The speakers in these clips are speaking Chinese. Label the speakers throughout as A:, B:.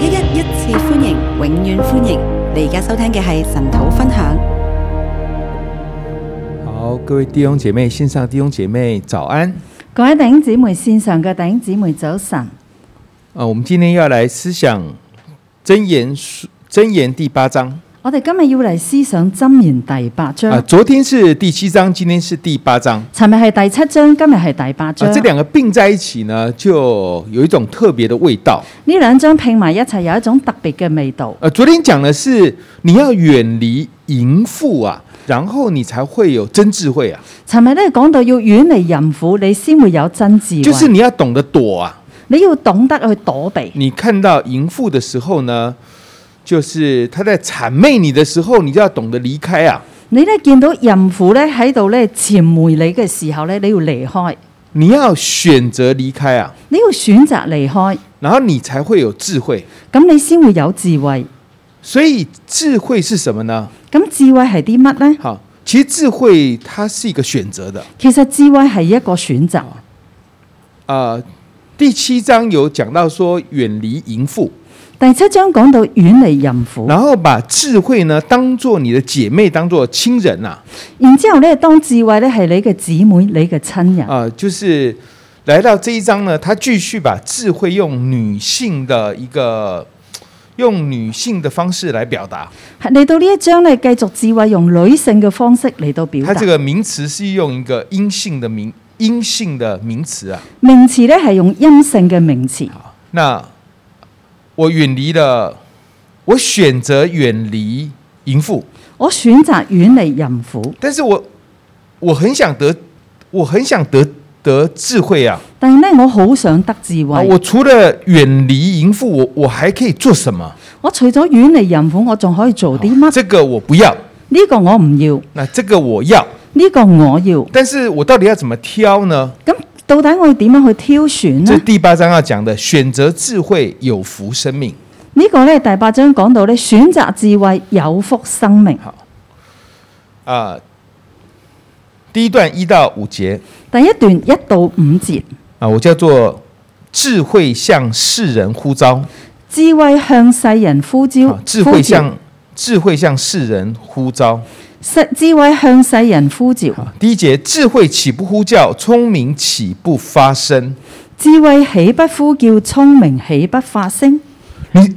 A: 一一一次歡迎，永遠歡迎！你而家收聽嘅係神土分享。
B: 好，各位弟兄姐妹，线上弟兄姐妹，早安！
C: 各位弟兄姊妹，線上嘅弟兄姊妹早晨，
B: 啊，我们今天要来思想《真言书》真言第八章
C: 我哋今日要嚟思想箴言第八章。
B: 啊，昨天是第七章，今天是第八章啊，
C: 尋日係第七章，今日係第八章。
B: 这两个并在一起呢，就有一种特别的味道。
C: 呢兩章拼埋一齊，有一種特別嘅味道。
B: 呃，昨天讲的是你要远离淫妇啊，然后你才会有真智慧啊，
C: 尋日咧講到要遠離淫婦，你先會有真智慧。
B: 就是你要懂得躲啊。
C: 你要懂得去躲避。
B: 你看到淫妇的时候呢，就是她在谄媚你的时候，你就要懂得离开啊。
C: 你咧見到淫婦咧喺度咧潛回你嘅時候咧，你要離開，
B: 你要选择离开啊，
C: 你要選擇離開，
B: 然后你才会有智慧。
C: 咁你先會有智慧。
B: 所以智慧是什么呢？
C: 咁智慧係啲乜呢？
B: 好，其实智慧它是一个选择的。
C: 其實智慧係一個選擇。
B: 呃，第七章有讲到说远离淫妇，
C: 第七章講到遠離淫婦。
B: 然后把智慧呢当做你的姐妹，当做亲人啊呐、
C: 然之後咧，當智慧咧係你嘅姊妹、你嘅親人
B: 啊，，呃，就是来到这一章呢，他继续把智慧用女性的一个用女性的方式来表达。
C: 係嚟到呢一章咧，繼續智慧用女性嘅方式嚟到表
B: 它这
C: 達。
B: 个名词是用一个阴性的名阴性的名词啊。
C: 名詞咧係用陰性嘅名詞。
B: 那我远离了，我选择远离淫妇，
C: 我選擇遠離淫婦，
B: 但是我我很想得，我很想得得智慧啊！
C: 但係咧我好想得智
B: 啊，
C: 慧。
B: 我除了远离淫妇，我我还可以做什么？
C: 我除咗遠離淫婦，我仲可以做啲乜？
B: 这个我不要，
C: 呢、個我唔要，呢、
B: 那这个我要，
C: 個我要。
B: 但是我到底要怎么挑呢？
C: 咁到底我要點樣去挑選
B: 这
C: 呢？
B: 第八章要讲的，选择智慧有福生命。
C: 呢個咧第八章講到咧，選擇智慧有福生命。
B: 好，啊、第一段一到五节
C: 第一段一到五節。
B: 啊，我叫做智慧向世人呼召，
C: 智慧向世人呼召
B: 啊，智
C: 呼
B: 慧
C: 召
B: 向智慧向世人呼召。
C: 世智慧向世人呼召，
B: 啊，第一节，智慧岂不呼叫？聪明岂不发声？
C: 智慧岂不呼叫，聰明岂不發聲？
B: 你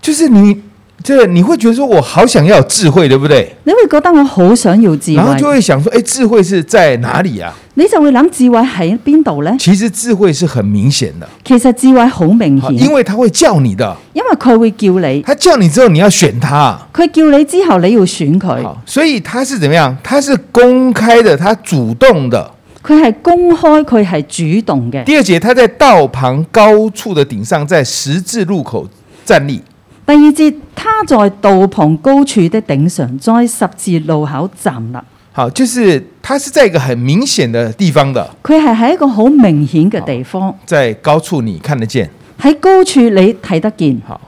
B: 就是你，这你会觉得说我好想要智慧，对不对？
C: 你會覺得我好想要智
B: 然后就
C: 慧，
B: 会想说，哎，智慧是在哪里啊？
C: 你就會諗智慧喺邊度呢？
B: 其实智慧是很明显的，
C: 其實智慧好明
B: 好
C: 顯，
B: 啊因為它会叫你的，
C: 因為佢會叫你，
B: 它叫你之后你要选它。
C: 佢叫你之後你要選佢，
B: 好，所以它是怎么样？它是公开的，它主动的。
C: 佢係公開，佢係主動嘅。
B: 第二节，他在道旁高处的顶上，在十字路口站立。
C: 第二節，他在道旁高處的頂上，在十字路口站立，
B: 好，就是它是在一个很明显的地方的，
C: 佢係喺一個好明顯嘅地方，
B: 在高处你看得见。
C: 喺高處你睇得見。
B: 好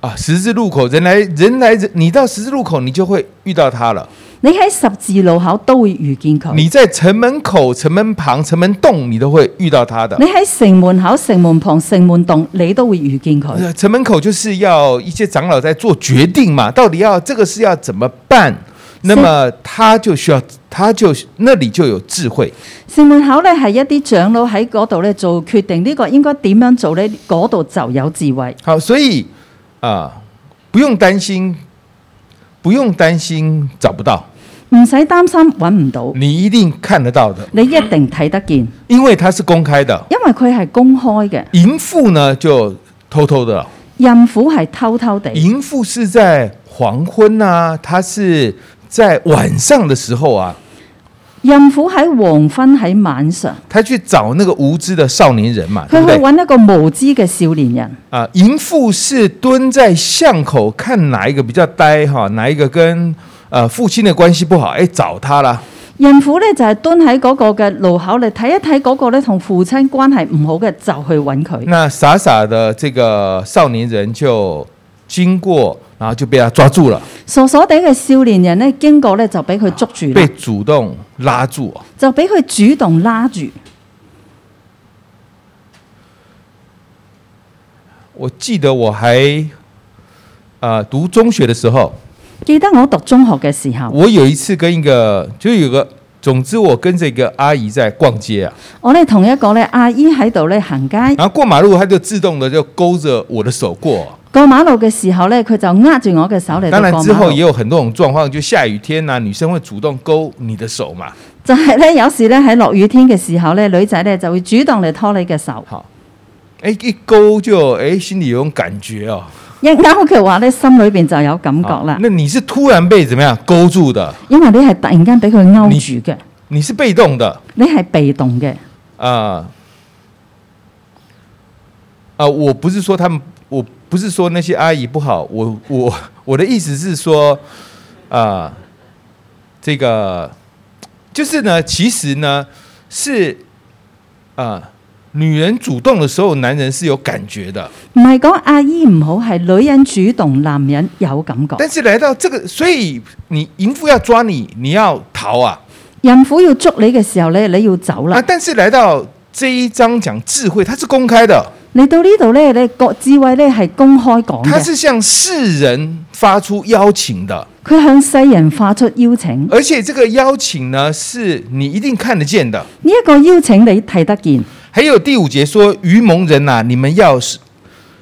B: 啊，十字路口人来人来人，你到十字路口你就会遇到它了。
C: 你喺十字路口都會遇見佢，
B: 你在城门口、城门旁、城门洞，你都会遇到它的
C: 你。喺城門口、城門旁、城門洞，你都會遇見佢。
B: 呃城门口就是要一些长老在做决定嘛，到底要这个事要怎么办？那么他就需要，他就那里就有智慧。
C: 城門口咧係一啲長老喺嗰度咧做決定，呢、個應該點樣做呢？嗰度就有智慧，
B: 好，所以啊、不用担心，不用担心找不到，
C: 唔使擔心揾唔到，
B: 你一定看得到的，
C: 你一定睇得見，
B: 因为它是公开的。
C: 因為佢係公開嘅。
B: 淫妇呢，就偷偷的了。
C: 孕婦係偷偷地，
B: 淫妇是在黄昏啊，它是在晚上的时候啊，
C: 孕婦喺黃昏喺晚上，
B: 他去找那个无知的少年人啊嘛，对
C: 佢
B: 不
C: 去
B: 对？
C: 揾一個無知嘅少年人。
B: 啊，淫妇是蹲在巷口看哪一个比较呆哈，哪一个跟呃父亲的关系不好，哎，找他啦。
C: 孕婦咧就係、蹲喺嗰個嘅路口嚟睇一睇嗰個咧同父親關係唔好嘅就去揾佢。
B: 那傻傻的这个少年人就经过，然后就被他抓住了，
C: 傻傻地嘅少年人咧，經過咧就俾佢捉住啦
B: 被，主动拉住。
C: 就俾佢主動拉住。
B: 我记得我还呃读中学的时候，
C: 記得我讀中學嘅時候，
B: 我有一次跟一个就有个，总之我跟着一个阿姨在逛街啊，
C: 我哋同一個咧阿姨喺度咧行街，
B: 然后过马路她就自动的就勾着我的手过。
C: 過馬路嘅時候咧，佢就握住我嘅手嚟到
B: 当然
C: 過
B: 之
C: 馬
B: 后也
C: 路。
B: 有很多种状况，就下雨天呐、女生会主动勾你的手嘛。
C: 就係咧，有時咧喺落雨天嘅時候咧，女仔咧就會主動嚟拖你嘅手，
B: 好，哎，一勾就哎，心里有种感觉哦。
C: 一勾嘅話咧，心裏邊就有感覺
B: 好
C: 啦。
B: 那你是突然被怎么样勾住的？
C: 因為你係突然間俾佢勾住嘅，
B: 你是被动的
C: 你係被動嘅。
B: 啊啊、呃我不是说他们，我不是说那些阿姨不好，我我我的意思是说，啊、这个就是呢，其实呢是啊、女人主动的时候，男人是有感觉的。
C: 唔係講阿姨唔好，係女人主動，男人有感覺。
B: 但是来到这个，所以你淫妇要抓你，你要逃啊
C: 孕婦要捉你嘅時候咧，你要走
B: 啊！
C: 啦。
B: 但是来到这一章讲智慧，它是公开的，
C: 嚟到呢度咧，你各智慧咧係公開講
B: 它
C: 嘅，
B: 是向世人发出邀请的，
C: 佢向世人發出邀請。呢、
B: 而且这个邀请呢，是你一定看得见的。
C: 一個邀請你睇得見。
B: 还有第五节说：“愚蒙人呐、你们要是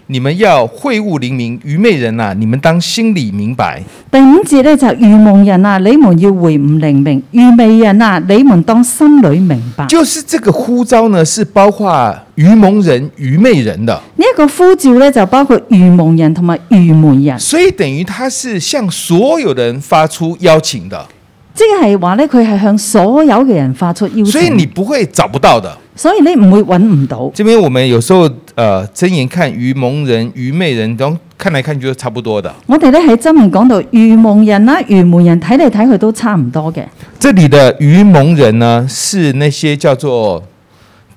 B: 你们要会悟灵明；愚昧人呐、你们当心里明白。
C: 第五節咧就係愚蒙人啊，你們要回悟靈明；愚昧人啊，你們當心裏明白。”呢
B: 就是这个呼召呢，是包括愚蒙人、愚昧人的。
C: 一個呼召咧就包括愚蒙人同埋愚昧人，
B: 所以等于他是向所有人发出邀请的，
C: 即係話咧佢係向所有嘅人發出邀請。
B: 所以你不会找不到的。
C: 所以你唔會揾唔到。
B: 这边我们有时候呃，睁眼看愚蒙人、愚昧人，然后看来看去都差不多的。
C: 我哋咧喺真文講到愚蒙人啦、愚昧人睇嚟睇去都差唔多嘅。
B: 这里的愚蒙人呢，是那些叫做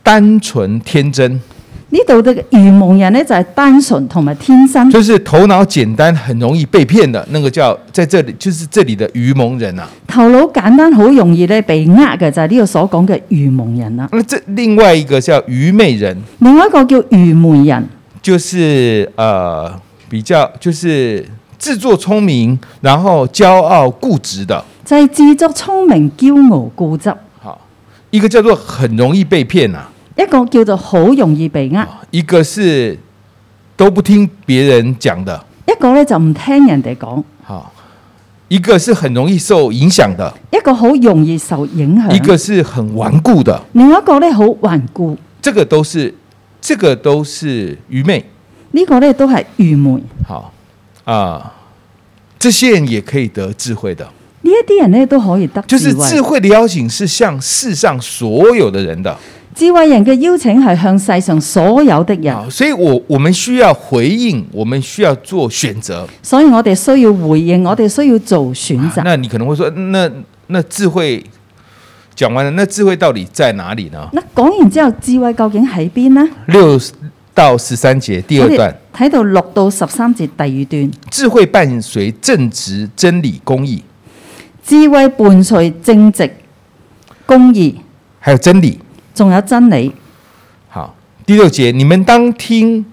B: 单纯天真，
C: 呢度嘅愚蒙人咧就係、單純同埋天生，
B: 就是头脑简单，很容易被骗的那个叫在这里，就是这里的愚蒙人啊。
C: 頭腦簡單，好容易咧被呃嘅就係呢度所講嘅愚蒙人啦。
B: 那这另外一个叫愚昧人，
C: 另外一個叫愚昧人。啊
B: 就是呃比较就是自作聪明，然后骄傲固执的。
C: 就係自作聰明、驕傲、固執。
B: 好，一个叫做很容易被骗啊，
C: 一個叫做好容易被呃，
B: 一个是都不听别人讲的，
C: 一個咧就唔聽人哋講，
B: 好，一个是很容易受影响的，
C: 一個好容易受影
B: 一
C: 響，
B: 个是很顽固的，
C: 另外一個咧好頑固。
B: 这个都是这个都是愚昧。
C: 呢、個咧都係愚昧。呢
B: 好啊、这些人也可以得智慧的，
C: 一啲人咧都可以得
B: 就
C: 智
B: 是
C: 慧。
B: 智慧的邀请是向世上所有的人的。
C: 智慧人嘅邀請係向世上所有的人，
B: 好，所以我我们需要回应，我们需要做选择。
C: 所以我哋需要回應，我哋需要做選擇。
B: 那你可能会说，那那智慧讲完了，那智慧到底在哪里呢？
C: 嗱，講完之後，智慧究竟喺邊呢？
B: 六到十三节第
C: 我
B: 二
C: 哋
B: 段，
C: 睇到六到十三節第二段。
B: 智慧伴随正直、真理、公义，
C: 智慧伴隨正直、公義，
B: 还有真理。
C: 仲有真理。
B: 好，第六节，你们当听，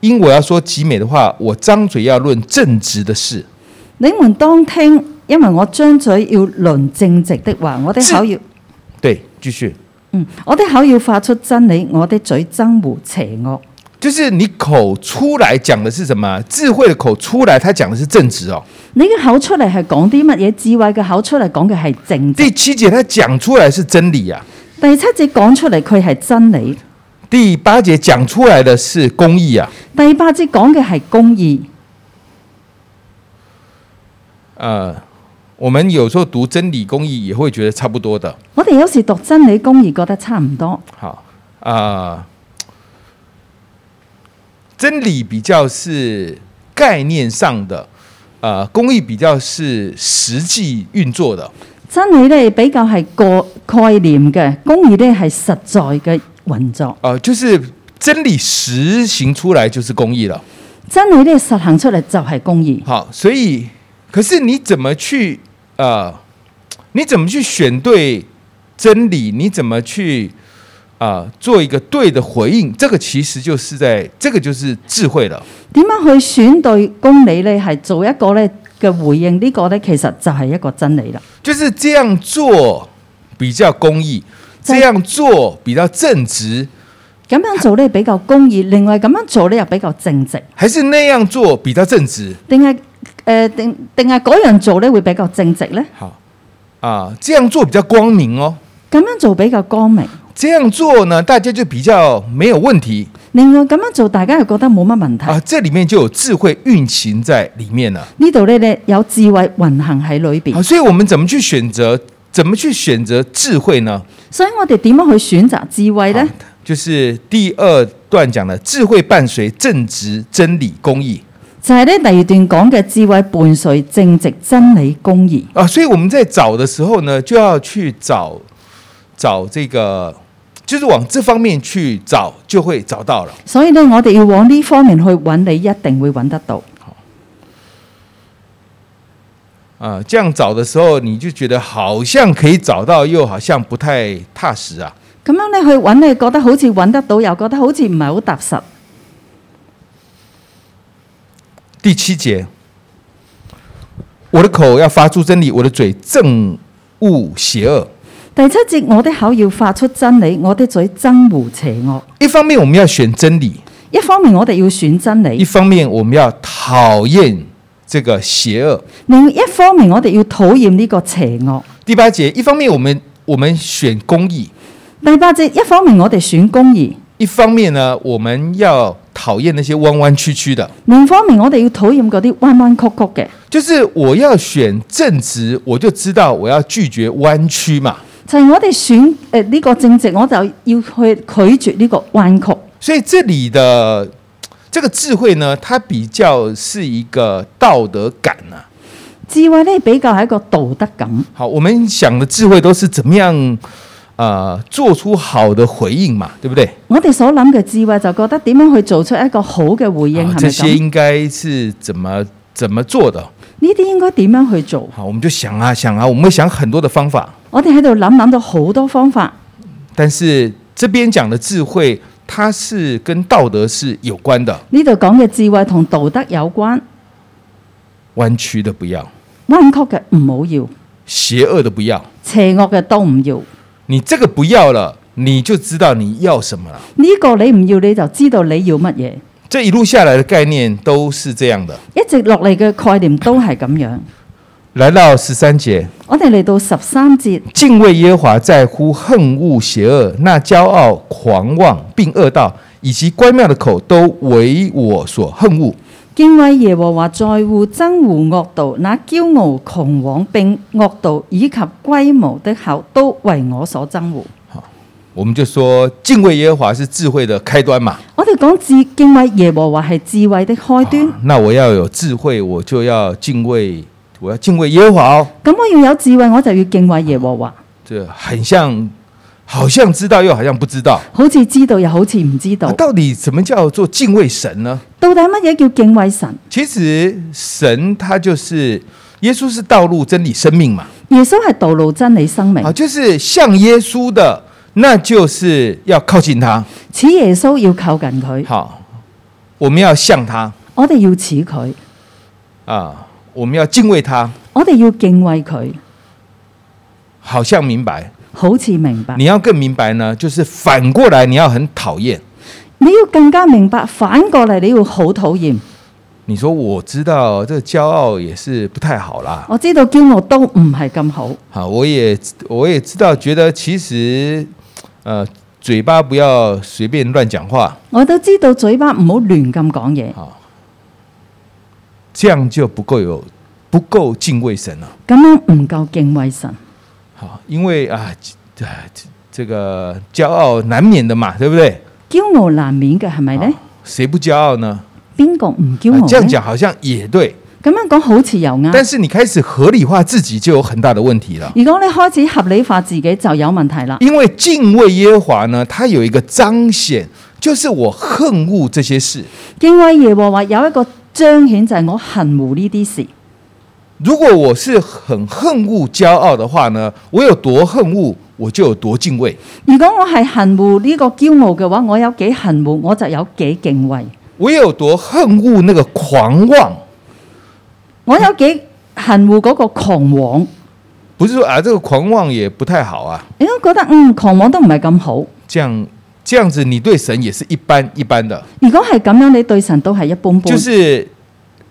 B: 因我要说极美的话，我张嘴要论正直的事。
C: 你們當聽，因為我張嘴要論正直的話，我的口要
B: 对，继续，
C: 嗯，我的口要發出真理，我的嘴憎惡邪惡。
B: 就是你口出来讲的是什么？智慧的口出来，他讲的是正直哦。
C: 你嘅口出嚟係講啲乜嘢？智慧嘅口出嚟講嘅係正直。
B: 第七节，他讲出来是真理啊。
C: 第七節講出嚟佢係真理。
B: 第八节讲出来的是公义啊，
C: 第八節講嘅係公義。
B: 呃，我们有时候读真理公义也会觉得差不多的。
C: 我哋有時讀真理公義覺得差唔多，
B: 好啊、呃真理比较是概念上的，呃，公义比较是实际运作的。
C: 真理咧比較係個概念嘅，公義咧係實在嘅運作。
B: 呃，就是真理实行出来就是公义了。
C: 真理咧實行出嚟就係公義。
B: 好，所以可是你怎么去呃，你怎么去选对真理？你怎么去啊，做一个对的回应，这个其实就是在这个就是智慧了。
C: 點樣去選對公理呢？係做一個咧嘅回應，呢、個呢，其實就係一個真理啦。
B: 就是这样做比较公义，
C: 在
B: 这样做比较正直，
C: 咁樣做呢，比較公義，另外咁樣做呢，又比較正直，
B: 还是那样做比较正直？
C: 定係誒定定係嗰樣做呢會比較正直呢？
B: 好啊，这样做比較光明哦。
C: 咁樣做比較光明，
B: 这样做呢，大家就比较没有问题
C: 另外咁樣做大家又覺得冇乜問題。
B: 啊。這里面就有智慧运行在里面了。
C: 呢度呢，你有智慧運行喺裏邊
B: 好，，所以我们怎么去选择？怎么去选择智慧呢？啊
C: 所以我哋點樣去選擇智慧呢？
B: 就是第二段讲的智慧伴随正直、真理、公义
C: 就係呢第二段講嘅智慧伴隨正直、真理、公義。
B: 啊。所以我们在找的时候呢，就要去找找这个，就是往这方面去找，就会找到了。
C: 所以呢，我哋要往呢方面去揾，你一定會揾得到。
B: 啊，这样找的时候，你就觉得好像可以找到，又好像不太踏实啊。
C: 咁樣你去揾，你覺得好似揾得到，又覺得好似唔係好踏實。
B: 第七节，我的口要发出真理，我的嘴憎恶邪恶。
C: 第七節，我的口要發出真理，我的嘴憎惡邪惡。
B: 一方面我们要选真理，
C: 一方面我哋要選真
B: 一
C: 理，
B: 方面我们要讨厌这个邪恶。
C: 另一方面我哋要討厭呢個邪惡。
B: 第八节，一方面我们我们选公义，
C: 第八節，一方面我哋選公義，
B: 一方面呢我们要讨厌那些弯弯曲曲的。
C: 另一方面我哋要討厭嗰啲彎彎曲曲嘅。
B: 就是我要选正直，我就知道我要拒绝弯曲嘛。
C: 就係我哋選誒呢個正直，我就要去拒絕呢個彎曲。
B: 所以这里的这个智慧呢，它比较是一个道德感啊。
C: 智慧呢，比較係一個道德感。
B: 好，我们想的智慧都是怎么样，呃，做出好的回应嘛，对不对？
C: 我哋所諗嘅智慧就覺得點樣去做出一個好嘅回應
B: 好
C: 係咪
B: 啊这些
C: 咁？
B: 应该是怎么怎么做的？
C: 呢啲應該點樣去做？
B: 好，我们就想啊想啊，我们会想很多的方法，
C: 我哋喺度諗諗到好多方法，
B: 但是这边讲的智慧，它是跟道德是有关的，
C: 呢度講嘅智慧同道德有關，
B: 弯曲的不要，
C: 彎曲嘅唔好要，
B: 邪恶的不要。
C: 邪惡嘅都唔要。
B: 你这个不要了，你就知道你要什么了。
C: 呢、個你唔要你就知道你要乜嘢。
B: 这一路下来的概念都是这样的。
C: 一直落嚟嘅概念都係咁樣。
B: 来到十三节，
C: 我哋嚟到十三節，
B: 敬畏耶和华在乎恨恶邪恶，那骄傲、狂妄并恶道以及乖妙的口，都为我所恨恶。
C: 敬畏耶和華在乎憎惡惡道，那驕傲狂妄並惡道以及龜毛的口，都為我所憎惡。
B: 我们就说敬畏耶和华是智慧的开端嘛。
C: 我哋講智敬畏耶和華係智慧的開端，
B: 啊那我要有智慧，我就要敬畏，我要敬畏耶和华、哦。
C: 咁我要有智慧，我就要敬畏耶和華。
B: 这很像，好像知道又好像不知道。
C: 好似知道又好似唔知
B: 那
C: 道，
B: 到底什么叫做敬畏神呢？
C: 到底乜嘢叫敬畏神？
B: 其实神他就是耶稣是道路、真理、生命嘛。
C: 耶穌係道路、真理、生命
B: 啊，，就是像耶稣的，那就是要靠近他。
C: 此耶穌要靠近佢，
B: 好，我们要像他
C: 我哋要似佢，
B: 啊，我们要敬畏他，
C: 我哋要敬畏佢，
B: 好像明白。
C: 好似明白。
B: 你要更明白呢，就是反过来你要很讨厌。
C: 你要更加明白，反過嚟你要好討厭。
B: 你说我知道这个骄傲也是不太好啦，
C: 我知道驕傲都唔係咁好，
B: 啊，我也我也知道，觉得其实呃嘴巴不要随便乱讲话，
C: 我都知道嘴巴唔好亂咁講嘢，
B: 好，这样就不够有不够敬畏神了。
C: 咁樣唔夠敬畏神。
B: 好，因为啊，这啊这这个骄傲难免的嘛，对不对？
C: 驕傲難免嘅係咪呢？
B: 谁不骄傲呢？
C: 邊個唔驕
B: 啊
C: 傲
B: 这样
C: 呢？
B: 讲好像也对，
C: 咁樣講好似又
B: 但
C: 啱。
B: 是你开始合理化自己，就有很大的问题了。
C: 如果你開始合理化自己，就有問題啦。
B: 因为敬畏耶和华呢，它有一个彰显，就是我恨恶这些事。
C: 敬畏耶和華有一個彰顯，就係我恨惡呢啲事。
B: 如果我是很恨恶骄傲的话呢，我有多恨恶，我就有多敬畏。
C: 如果我係恨惡呢個驕傲嘅話，我有幾恨惡，我就有幾敬畏。
B: 我有多恨恶那个狂妄，
C: 我有幾恨惡嗰個狂妄。
B: 不是说啊，这个狂妄也不太好啊，
C: 你都覺得嗯，狂妄都唔係咁好。
B: 这样这样子，你对神也是一般一般的，
C: 如果係咁樣，你對神都係一般般。
B: 就是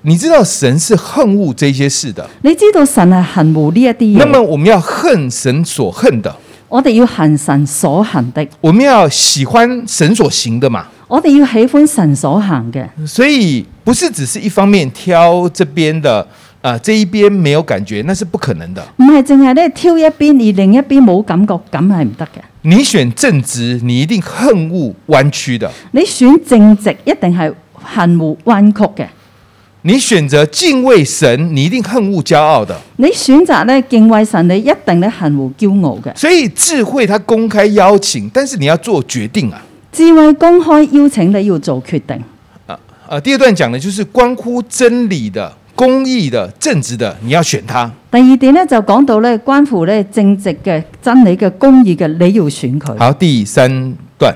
B: 你知道神是恨恶这些事的，
C: 你知道神係恨惡呢一啲
B: 那么
C: 嘢，
B: 我们要恨神所恨的，
C: 我哋要恨神所行的，
B: 我们要喜欢神所行的嘛，
C: 我哋要喜歡神所行嘅。
B: 所以不是只是一方面挑这边的啊、这一边没有感觉，那是不可能的。
C: 唔係淨係咧挑一邊，而另一邊冇感覺，咁係唔得嘅。
B: 你选正直，你一定恨恶弯曲的；
C: 你選正直一定係恨惡彎曲嘅，
B: 你选择敬畏神，你一定恨恶骄傲的。
C: 你選擇咧敬畏神，你一定咧恨惡驕傲嘅。
B: 所以智慧它公开邀请，但是你要做决定啊。
C: 智慧公開邀請你要做決定。
B: 啊啊！第二段讲的就是关乎真理的、公义的、正直的，你要选它。
C: 第二點咧就講到咧關乎咧正直嘅真理嘅公義嘅，你要選佢。
B: 好，第三段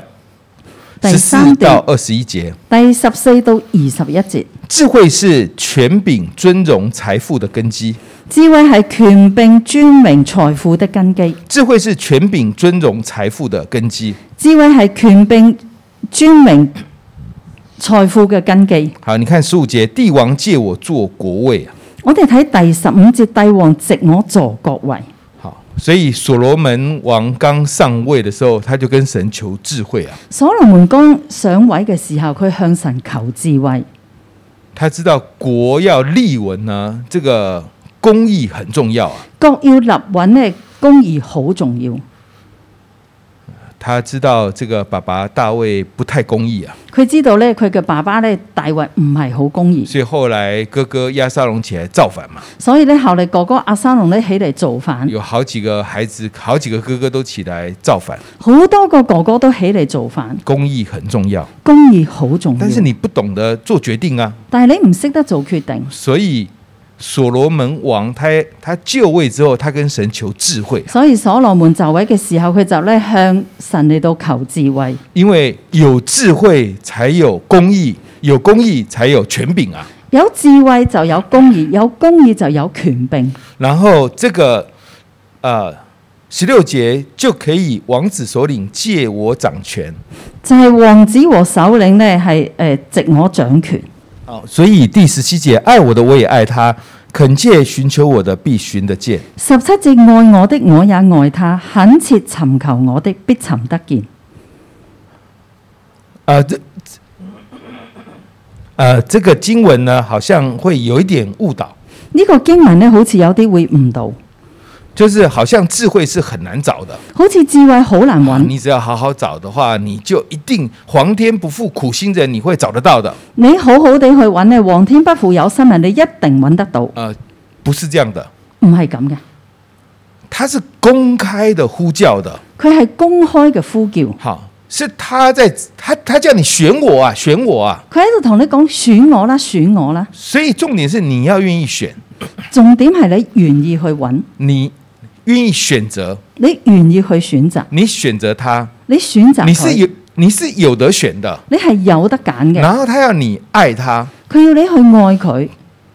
C: 第
B: 十
C: 三
B: 四到
C: 段
B: 二十一节，
C: 第十四到二十一節，
B: 智慧是权柄、尊荣、财富的根基。
C: 智慧係權柄、尊明、財富的根基。
B: 智慧是权柄、尊荣、财富的根基。
C: 智慧係權柄、尊明、財富嘅根基。
B: 好，你看十五节，帝王借我做国位啊。
C: 我哋睇第十五節，帝王藉我坐國位。
B: 好，所以所罗门王刚上位的时候，他就跟神求智慧啊。
C: 所羅門剛上位嘅時候，佢向神求智慧。
B: 他知道国要立文呢，这个公义很重要啊。
C: 國要立穩咧，公義好重要。
B: 他知道这个爸爸大卫不太公义啊，
C: 佢知道咧，佢嘅爸爸咧大衛唔係好公義，
B: 所以后来哥哥亚沙龙起来造反嘛，
C: 所以咧後嚟哥哥阿沙龍咧起嚟造反，
B: 有好几个孩子，好几个哥哥都起来造反。
C: 好多個哥哥都起嚟造反。
B: 公义很重要，
C: 公義好重要
B: 但，是你不懂得做决定啊，
C: 但係你唔識得做決定，
B: 所以所罗门王他他就位之后，他跟神求智慧啊，
C: 所以所羅門就位嘅時候，佢就咧向神嚟到求智慧，
B: 因为有智慧才有公义，有公义才有权柄啊。
C: 有智慧就有公義，有公義就有權柄。
B: 然后这个呃十六节就可以王子首领借我掌权
C: 就係王子和首領呢，係誒藉我掌權。
B: 啊、所以第十七节爱我的我也爱他，恳切寻求我的必寻得见。
C: 十七節愛我的我也愛他，懇切尋求我的必尋得見。
B: 啊、这呃这个经文呢好像会有一点误导，
C: 呢、個經文呢，好似有啲會誤導，
B: 就是好像智慧是很难找的，啊
C: 好似智慧好難揾。
B: 你只要好好找的话，你就一定皇天不负苦心人，你会找得到的。
C: 你好好地去揾呢，皇天不負有心人，你一定揾得到。唔
B: 呃，不是这样的，
C: 係咁嘅，
B: 它是公开的呼叫的。
C: 佢係公開嘅呼叫，
B: 好，是他在他他叫你选我啊，选我啊。
C: 佢喺度同你講選我啦，選我啦。
B: 所以重点是你要愿意选，
C: 重點係你願意去揾，
B: 你愿意选择，
C: 你願意去選擇，
B: 你选择他，
C: 你選擇
B: 你是
C: 佢，
B: 有你是有得选的。
C: 你係有得揀嘅。
B: 然后他要你爱他，
C: 佢要你去愛佢。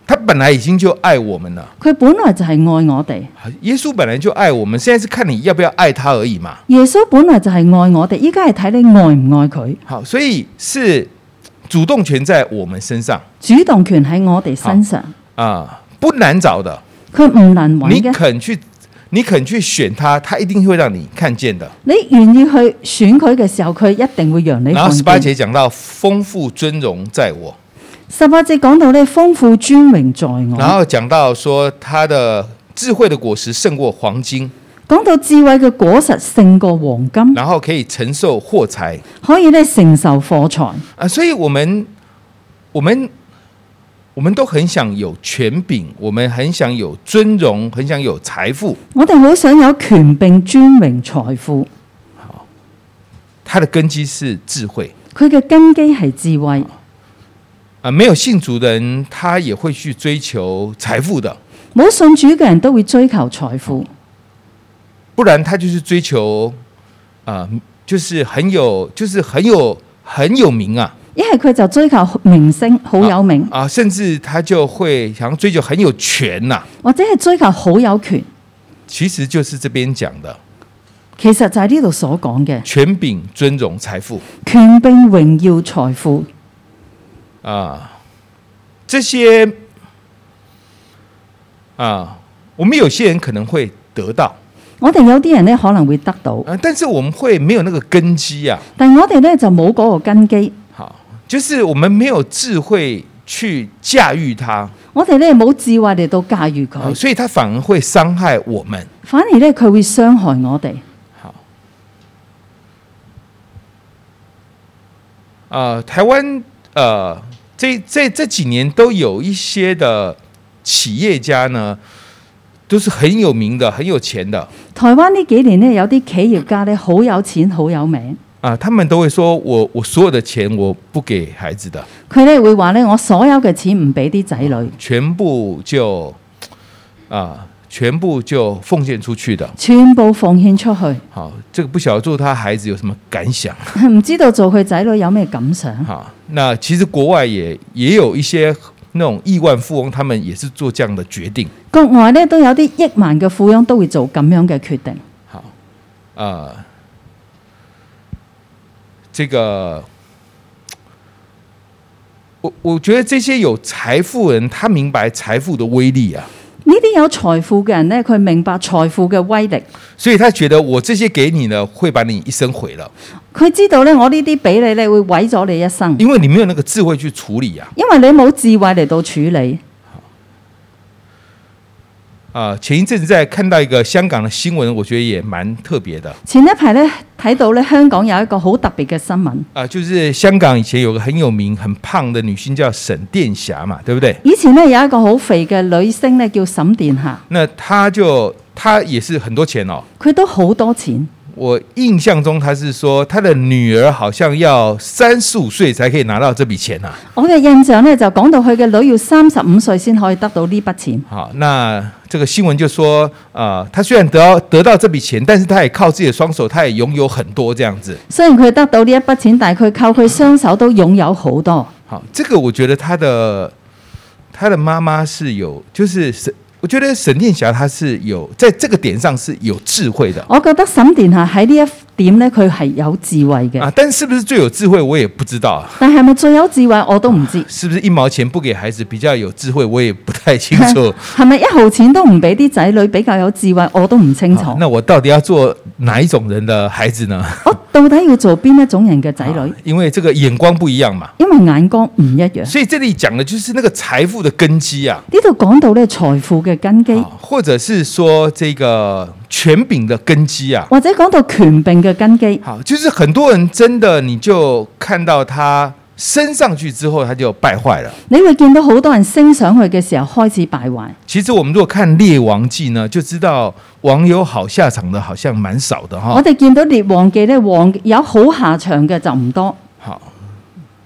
B: 他本来已经就爱我们了。
C: 佢本來就係愛我哋，
B: 耶稣本来就爱我们，现在是看你要不要爱他而已嘛。
C: 耶穌本來就係愛我哋，依家係睇你愛唔愛佢。
B: 好，所以是主動权在我们身上
C: 主動權喺我哋身上，
B: 啊、不难找的。
C: 佢唔難揾
B: 你
C: 嘅。
B: 肯去，你肯去选他，他一定会让你看见的。
C: 你願意去選佢嘅時候，佢一定會讓你
B: 然后十八
C: 看見。
B: 节讲到丰富尊荣在我，
C: 十八節講到咧，豐富尊榮在
B: 然
C: 我。
B: 后讲到说他的智慧的果实胜过黄金，
C: 講到智慧嘅果實勝過黃金，
B: 然后可以承受货财
C: 可以咧承受貨財。
B: 啊，所以我们我们我们都很想有权柄，我们很想有尊荣，很想有财富。
C: 我哋好想有權柄、尊榮、財富。
B: 它的根基是智慧
C: 佢嘅根基係智慧。
B: 啊，没有信主的人他也会去追求财富的，
C: 冇信主嘅人都會追求財富，
B: 不然他就是追求啊、就是很有，就是很有很有名啊
C: 一係佢就追求明星好有名，
B: 啊，甚至他就会想要追求很有权呐、
C: 或者係追求好有權。
B: 其实就是这边讲的
C: 其實就係呢度所講嘅
B: 权柄、尊荣、财富
C: 權柄、榮耀、財富，
B: 啊，这些啊，我们有些人可能会得到，
C: 我哋有啲人咧可能會得到，
B: 啊，但是我们会没有那个根基啊。
C: 但我哋咧就冇嗰個根基，
B: 好，就是我们没有智慧去驾驭它，
C: 我哋咧冇智慧嚟到駕馭
B: 啊
C: 佢，
B: 所以它反而会伤害我们。
C: 反而咧佢會傷害我哋。
B: 好，呃，台湾呃，这这这几年都有一些的企业家呢，都是很有名的、很有钱的
C: 台灣呢幾年咧有啲企業家咧好有錢好有名，
B: 啊、他们都会说我我所有的錢我不給孩子的，
C: 佢咧會話咧我所有嘅錢唔俾啲仔女，
B: 全部就啊、全部就奉獻出去的。
C: 全部奉獻出去，
B: 好，这个不晓得做他孩子有什么感想。
C: 唔知道做佢仔女有咩感想。
B: 哈，那其实国外也也有一些那种亿万富翁，他们也是做这样的决定。
C: 國外咧都有啲億萬嘅富翁都會做咁樣嘅決定。
B: 好，呃，这个，我我觉得这些有财富人，他明白财富的威力啊，
C: 呢啲有財富嘅人咧，佢明白財富嘅威力，
B: 所以他觉得我这些给你呢，会把你一生毁了，
C: 佢知道咧我呢啲俾你咧會毀咗你一生，
B: 因为你没有那个智慧去处理啊。
C: 因為你冇智慧嚟到處理。
B: 啊、前一阵子在看到一个香港的新闻，我觉得也蛮特别的。
C: 前一排咧睇到咧香港有一個好特別嘅新聞，
B: 啊，就是香港以前有个很有名、很胖的女星叫沈殿霞嘛，对不对？
C: 以前咧有一個好肥嘅女星咧叫沈殿霞，
B: 那她就她也是很多钱哦。
C: 佢都好多錢。
B: 我印象中她是说她的女儿好像要三十五岁才可以拿到这笔钱啊呐、
C: 我嘅印象咧就講到佢嘅女要三十五歲先可以得到呢筆錢。
B: 好，那这个新闻就说，呃，她虽然得到得到这笔钱，但是她也靠自己的双手，她也拥有很多这样子。
C: 雖然佢得到呢一筆錢，但係佢靠佢雙手都擁有好多。
B: 好，这个我觉得她的她的妈妈是有，就是沈，我觉得沈殿霞她是有在这个点上是有智慧的。
C: 我覺得沈殿霞喺呢一點咧，佢係有智慧嘅。
B: 啊，但是不是最有智慧，我也不知道啊。
C: 但係咪最有智慧我都唔知，
B: 是不是一毛钱不给孩子比较有智慧，我也不太清楚。
C: 係咪一毫錢都唔俾啲仔女比較有智慧我都唔清楚
B: 好。啊那我到底要做哪一种人的孩子呢？
C: 我到底要做邊一種人嘅仔女
B: 啊？因为这个眼光不一样嘛。
C: 因為眼光唔一樣。
B: 所以这里讲的就是那个财富的根基啊，
C: 呢度講到咧財富嘅根基，
B: 啊或者是说这个权柄的根基啊。
C: 或者講到權柄嘅根基。
B: 好，就是很多人真的你就看到他升上去之后，他就败坏了。
C: 你會見到好多人升上去嘅時候開始敗壞。
B: 其实我们如果看《列王记》呢，就知道网友好下场的好像蛮少的哈。
C: 我哋見到列王記咧，王有好下場嘅就唔多。
B: 好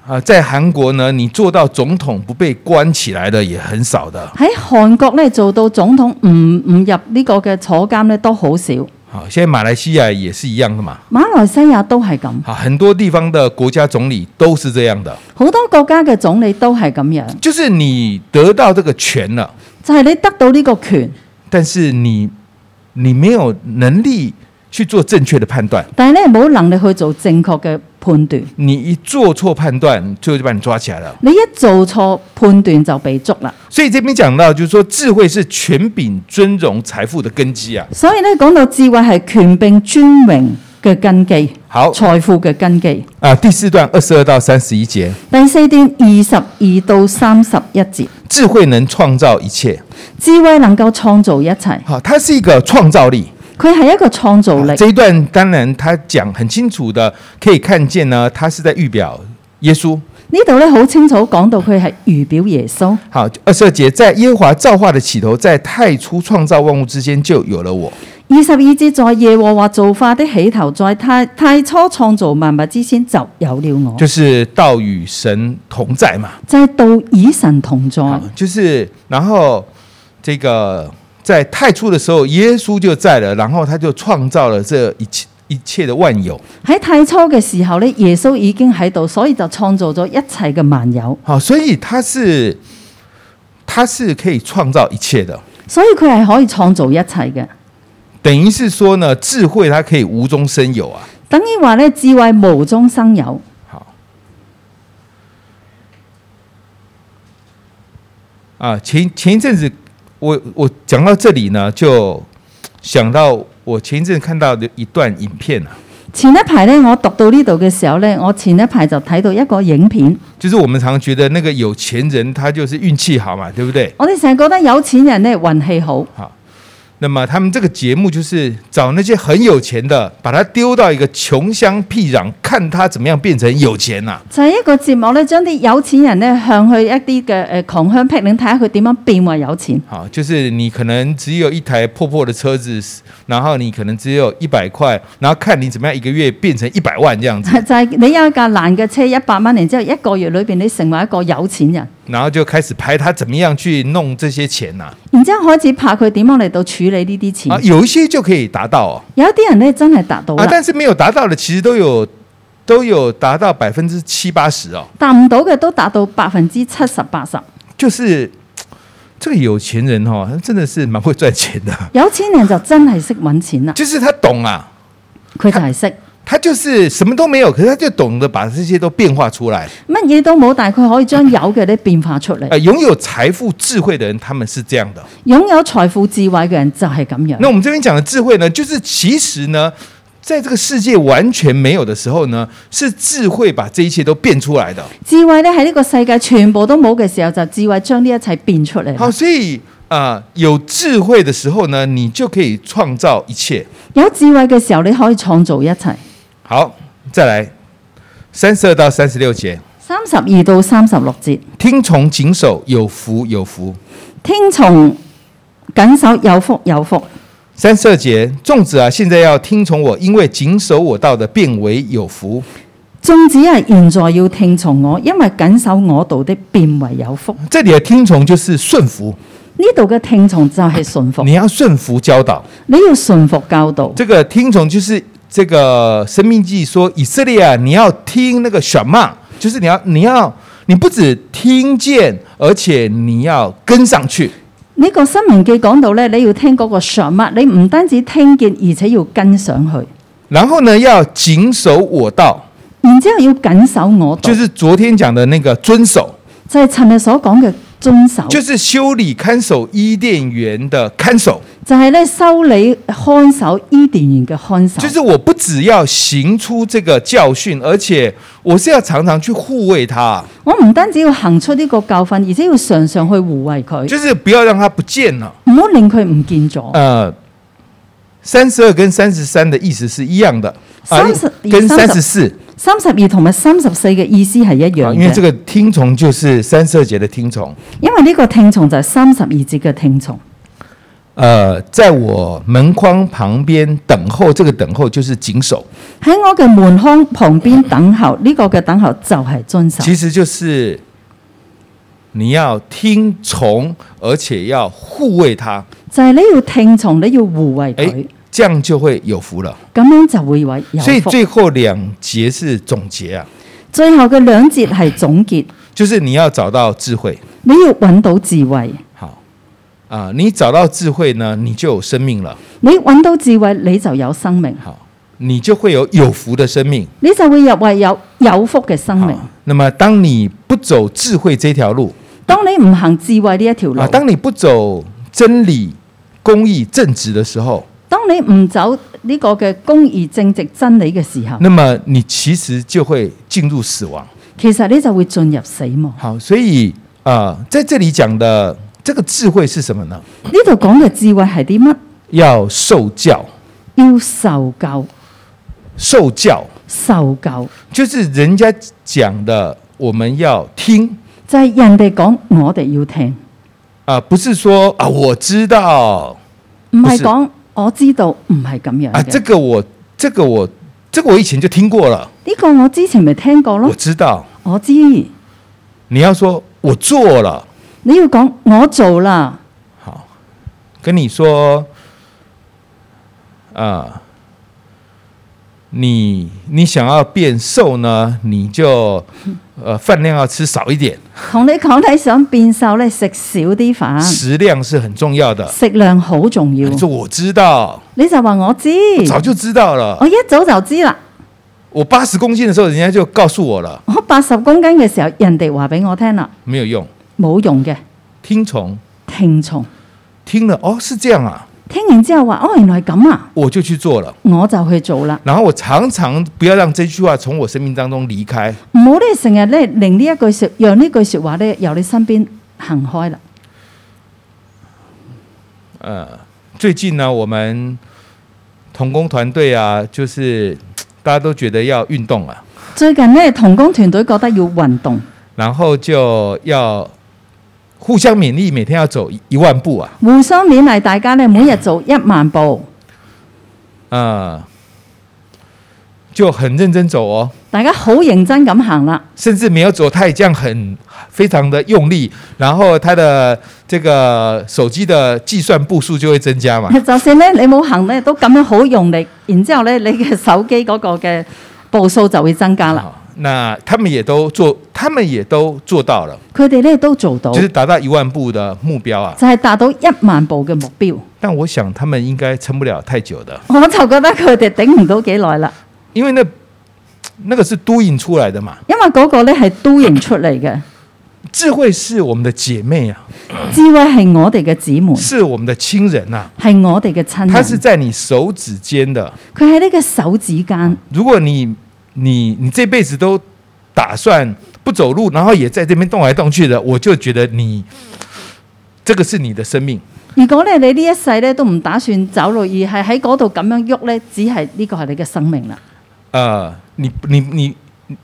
B: 啊，在韩国呢，你做到总统不被关起来的也很少的。
C: 喺韓國咧做到總統唔唔入呢個嘅坐監咧都好少。
B: 好，啊现在马来西亚也是一样的嘛。
C: 馬來西亞都係咁，
B: 好，很多地方的国家总理都是这样的，
C: 好多國家嘅總理都係咁樣，
B: 就是你得到这个权了，
C: 就係、你得到呢個權，
B: 但是你你没有能力去做正确的判断，
C: 但係咧冇能力去做正確嘅判斷。
B: 你一做错判断，最后就把你抓起来了。
C: 你一做錯判斷就被捉啦。
B: 所以这边讲到，就是说智慧是权柄、尊荣、财富的根基啊。
C: 所以咧講到智慧係權柄尊榮嘅根基，
B: 好
C: 財富嘅根基。
B: 啊，第四段二十二到三十一节，
C: 第四段二十二到三十一節，
B: 智慧能创造一切。
C: 智慧能夠創造一切，
B: 好，它是一个创造力。
C: 佢係一個創造力。
B: 啊这一段当然他讲很清楚的，可以看见呢，他是在预表耶稣。
C: 呢度咧好清楚講到佢係預表耶穌。
B: 好，二十二节，在耶和华造化的起头，在太初创造万物之间就有了我。
C: 二十二節在耶和華造化的起頭，在太太初創造萬物之先就有了我，
B: 就是道与神同在嘛，
C: 嗯
B: 啊
C: 就係道與神同在。
B: 好就是然后这个在太初的时候，耶稣就在了，然后他就创造了这一切一切的万有。
C: 喺太初嘅時候咧，耶穌已經喺度，所以就創造咗一切嘅萬有。
B: 好，所以他是他是可以创造一切的，
C: 所以佢係可以創造一切嘅。
B: 等于是说呢，智慧它可以无中生有啊。
C: 等於話咧，智慧無中生有。
B: 好，啊，前前一阵子我我讲到这里呢，就想到我前一阵看到的一段影片啊，
C: 前一排咧，我讀到呢度嘅時候咧，我前一排就睇到一個影片，
B: 就是我们常觉得那个有钱人他就是运气好嘛，对不對？
C: 我哋成日覺得有錢人咧運氣好，
B: 好，那么他们这个节目就是找那些很有钱的，把他丢到一个穷乡僻壤，看他怎么样变成有钱呐、啊
C: 就係、一個節目咧，將啲有錢人咧向去一啲嘅誒窮鄉僻嶺，睇下佢點樣變為有錢。
B: 好，就是你可能只有一台破破的车子，然后你可能只有一百块，然后看你怎么样一个月变成一百万这样子
C: 就，係你有一架爛嘅車一百蚊，然之後一個月裏邊你成為一個有錢人，
B: 然後就开始拍他怎么样去弄这些钱呐、
C: 然之後開始拍佢點樣嚟到處理呢啲
B: 啊。
C: 錢。
B: 有一些就可以达到哦，
C: 有一啲人咧真係達到
B: 啊，
C: 啦，
B: 但是没有达到的其实都有都有达到百分之七八十哦，
C: 達唔到嘅都達到百分之七十八十。
B: 就是。这个有钱人哦，他真的是蛮会赚钱的，
C: 有錢人就真係識揾錢啦，
B: 就是他懂啊，
C: 佢就係識
B: 他就是什么都没有，可是他就懂得把这些都变化出来。
C: 乜嘢都冇，但係佢可以將有嘅咧變化出嚟。
B: 呃，拥有财富智慧的人，他们是这样的。
C: 擁有財富智慧嘅人就係咁樣。
B: 那我们这边讲的智慧呢，就是其实呢，在这个世界完全没有的时候呢，是智慧把这一切都变出来的。
C: 智慧咧喺呢個世界全部都冇嘅時候，就智慧將呢一切變出嚟。
B: 好，所以啊、呃有智慧的时候呢，你就可以创造一切。
C: 有智慧嘅時候，你可以創造一切。
B: 好，再来三十二到三十六节，
C: 三十二到三十六節。
B: 听从谨守，有福有福。
C: 听从谨守有福有福。
B: 三十二节，众子啊，现在要听从我，因为谨守我道的，变为有福。
C: 众子啊，现在要听从我，因为谨守我道的，变为有福。
B: 这里的听从就是顺服，
C: 呢度嘅听从就系顺服，
B: 你要顺服教导。
C: 你要顺服教导。
B: 这个听从就是这个《生命记》说，以色列啊，你要听那个什么，就是你要你要你不止听见，而且你要跟上去。
C: 呢、個个新明记讲到咧，你要听嗰个上乜，你唔单止听见，而且要跟上去，
B: 然后呢，要谨守我道，
C: 然之后要谨守我道，
B: 就是昨天讲的那个遵守，
C: 就係尋日所講嘅遵守，
B: 就是修理看守伊甸园的看守，
C: 就係咧修理看守伊甸園嘅看守，
B: 就是我不只要行出这个教训，而且我是要常常去护卫它，
C: 我唔單止要行出呢個教訓，而且要常常去護衛佢，
B: 就是不要让它不见啊了。
C: 唔好令佢唔見咗。
B: 呃，三十二跟三十三的意思是一样的，啊
C: 30
B: 跟三
C: 30
B: 十四啊
C: 三十二同埋三十四嘅意思係一樣
B: 因为
C: 嘅，
B: 这个听从就是三十二节的听从。
C: 因為呢個聽從就係三十二節嘅聽從，
B: 呃，在我门框旁边等候，这个等候就是谨守，
C: 喺我嘅門框旁邊等候，呢、個嘅等候就係遵守，
B: 其实就是你要听从，而且要护卫他，
C: 就係你要聽從，你要護衛
B: 哎
C: 佢，，
B: 这样就会有福了。
C: 咁樣就會為有
B: 所以
C: 福。
B: 最后两节是总结啊，
C: 最後嘅兩節係總結，
B: 就是你要找到智慧。
C: 你要揾到智慧。
B: 好啊、你找到智慧呢，你就有生命了。
C: 你揾到智慧，你就有生命，
B: 好，你就会有有福的生命。
C: 你就會入為有有福嘅生命
B: 好。，那么当你不走智慧这条路
C: 當你唔行智慧呢一條路
B: 啊，，当你不走真理、公义、正直的时候，
C: 當你唔走呢個嘅公義、正直、真理嘅時候，
B: 那么你其实就會进入死亡。
C: 其實你就會進入死亡。
B: 好，所以啊、呃在这里讲的这个智慧是什么呢？
C: 呢度講嘅智慧係啲乜？
B: 要受教，
C: 要受教，
B: 受教
C: 受教
B: 就是人家讲的，我们要听
C: 就係人哋講，我哋要聽，
B: 啊、不是说啊我知道
C: 唔
B: 不
C: 係
B: 是
C: 講我知道，唔係咁樣
B: 啊，这
C: 嘅。
B: 个我这个我这个我以前就听过了，
C: 呢個我之前咪聽過咯
B: 我，知道。
C: 我知。你
B: 你要说我做了，
C: 要講我做啦，
B: 好，跟你说，啊、你你想要变瘦呢，你就呃饭量要吃少一点，
C: 同你講你想變瘦咧，食少啲飯，
B: 食量是很重要的。
C: 食量好重要
B: 你。说我知道，
C: 你就話我知，
B: 我早就知道了
C: 我。一早就知啦。
B: 我八十公斤的时候，人家就告诉我了，
C: 我八十公斤嘅時候，人哋話俾我聽啦，
B: 没有用，
C: 冇用嘅，
B: 听从，
C: 聽從。
B: 听了哦是这样啊，
C: 聽完之後話，哦，原來係咁啊，
B: 我就去做了。
C: 我就去做啦。
B: 然后我常常不要让这句话从我生命当中离开。
C: 唔好咧，成日咧令呢一句説，讓呢句説話咧由你身邊行開啦。
B: 呃，最近呢，我们童工团队啊，就是嘖大家都觉得要运动啊，
C: 最近咧，童工團隊覺得要運動，
B: 然后就要互相勉励，每天要走一一万步啊。
C: 互相勉勵大家咧，每日做一萬步，
B: 呃，就很认真走哦，
C: 大家好認真咁行啦。
B: 甚至没有走，他也这样很非常的用力，然后他的这个手机的计算步数就会增加 嘛。
C: 就算咧你冇行咧，都咁樣好用力，然之後咧你嘅手機嗰個嘅步數就會增加啦。
B: 好，啊那他们也都做，他们也都做到了，
C: 佢哋咧都做到，
B: 就是
C: 就
B: 达到一万步的目标啊。
C: 係達到一萬步嘅目標。
B: 但我想他们应该撑不了太久的，
C: 我就覺得佢哋頂唔到幾耐啦，
B: 因为那那个是都引出来的嘛。
C: 因為嗰個咧係都型出嚟嘅，
B: 智慧是我们的姐妹啊，
C: 智慧係我哋嘅姊妹，
B: 是我们的亲人啊，
C: 係我哋嘅親
B: 它是
C: 人，
B: 在你手指间的。
C: 佢喺呢個手指間。
B: 如果你你你这辈子都打算不走路，然后也在这边动来动去的，我就觉得你这个是你的生命。
C: 如果咧你呢一世咧都唔打算走路，而係喺嗰度咁樣喐咧，只係呢個係你嘅生命啦。
B: 呃，你你你，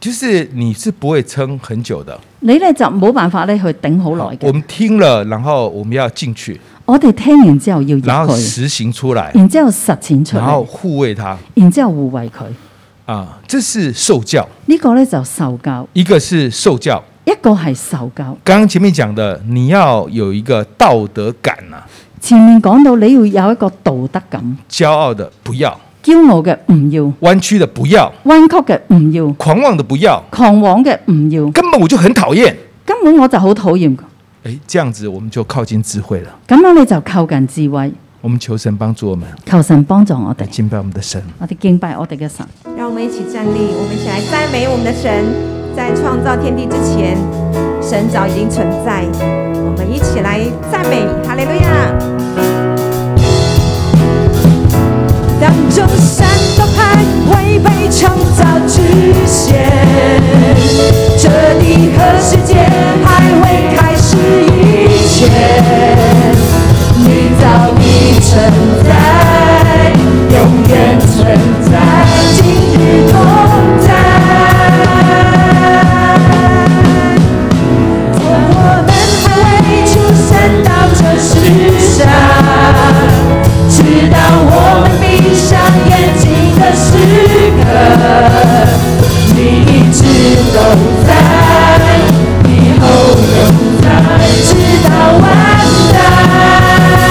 B: 就是你是不会撑很久的。
C: 你咧就冇辦法咧去頂好耐
B: 我
C: 嘅。
B: 们聽了，然後我們要進去，
C: 我哋聽完之後要入
B: 然後
C: 去。
B: 實行出來，
C: 然之後實踐出
B: 然後
C: 嚟，
B: 護衛它
C: 然之後護衛佢。
B: 啊，这是受教。
C: 呢、個呢就受教，
B: 一個是受教，
C: 一個係受教。
B: 剛剛前面講的，你要有一個道德感啊，
C: 前面講到你要有一個道德感，
B: 驕傲的不要，
C: 驕傲嘅唔要，
B: 彎曲的不要，
C: 彎曲嘅唔要，
B: 狂妄的不要，
C: 狂妄嘅唔要。
B: 根本我就很討厭。
C: 根本我就好討厭。
B: 哎，這樣子我們就靠近智慧了。
C: 咁樣你就靠近智慧，
B: 我們求神幫助我們，
C: 求神幫助我
B: 來
C: 哋，
B: 敬拜我們的神。
C: 我哋敬拜我哋嘅神。
D: 让我们一起站立，我们一起来赞美我们的神。在创造天地之前，神早已经存在。我们一起来赞美，哈利路亚！当众山都派会被创造局限，这地和世界还未开始以前，你早已存在，永远存在，今日同在。从我们还未出生到这世上，直到我们闭上眼睛的时刻，你一直都在，以后永在，直到万代。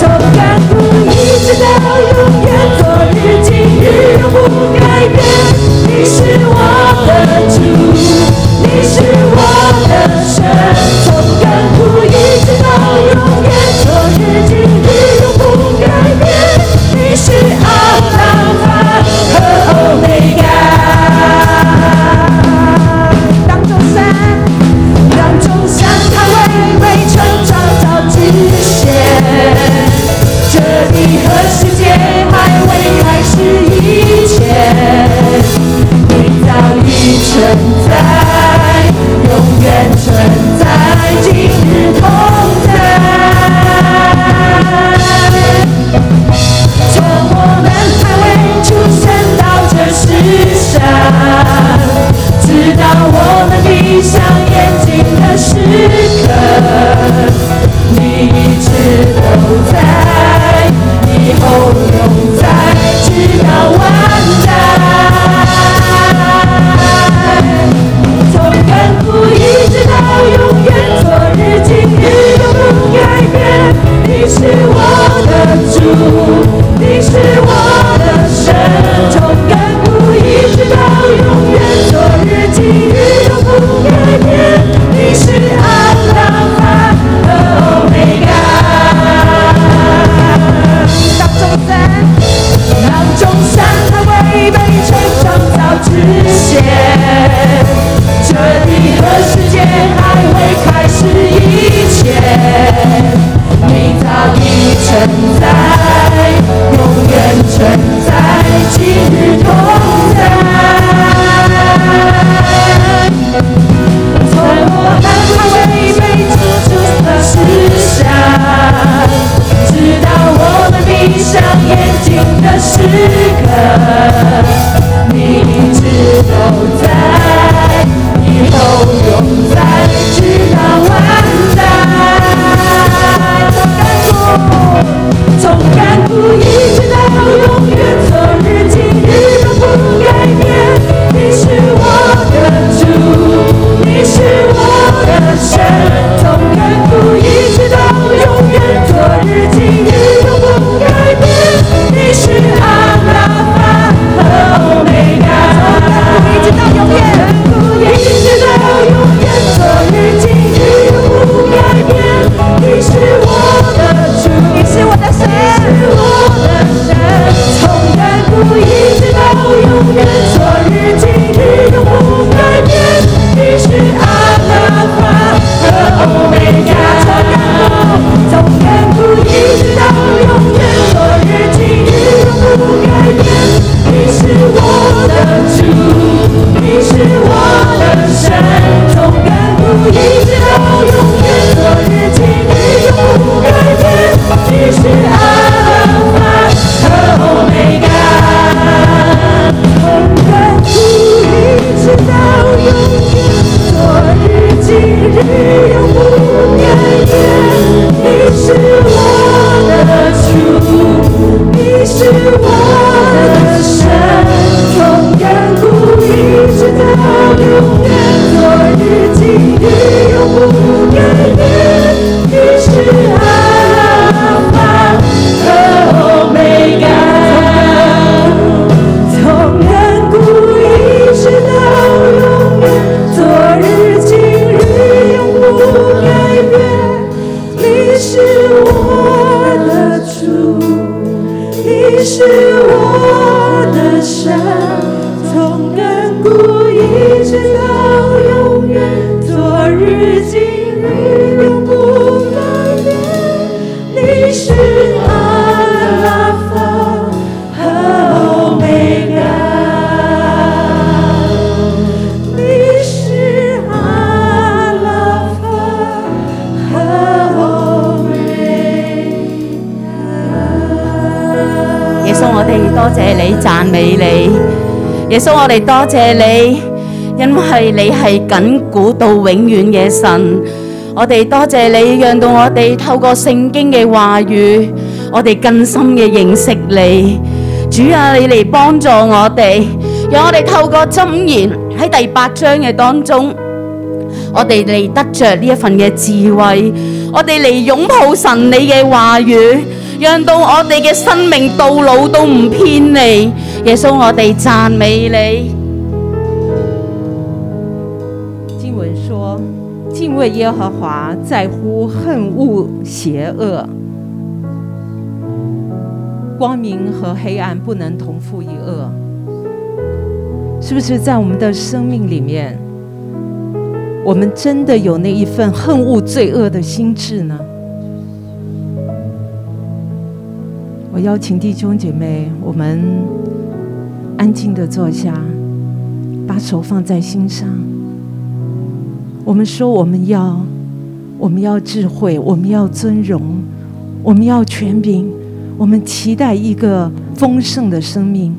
D: 从亘古一直到永远，是我的神，从亘古一直到永远，昨日今日永不改变。你是阿拉法和欧米伽。你是阿拉法和欧米
E: 耶稣，我哋多谢你，赞美你。耶稣，我哋多谢你，因为你系紧古到永远嘅神。我哋多谢你，让到我哋透过圣经嘅话语，我哋更深嘅认识你。主啊，你嚟帮助我哋，让我哋透过箴言喺第八章嘅当中。我哋嚟得着呢一份嘅智慧，我哋嚟擁抱神你嘅話語，讓到我哋嘅生命道路都唔偏離。耶穌，我哋讚美你。
F: 经文说：“敬畏耶和华，在乎恨恶邪恶。光明和黑暗不能同父一恶。”是不是在我们的生命里面，我们真的有那一份恨恶罪恶的心智呢？我邀请弟兄姐妹，我们安静的坐下，把手放在心上。我们说我们要，我们要智慧，我们要尊荣，我们要权柄，我们期待一个丰盛的生命。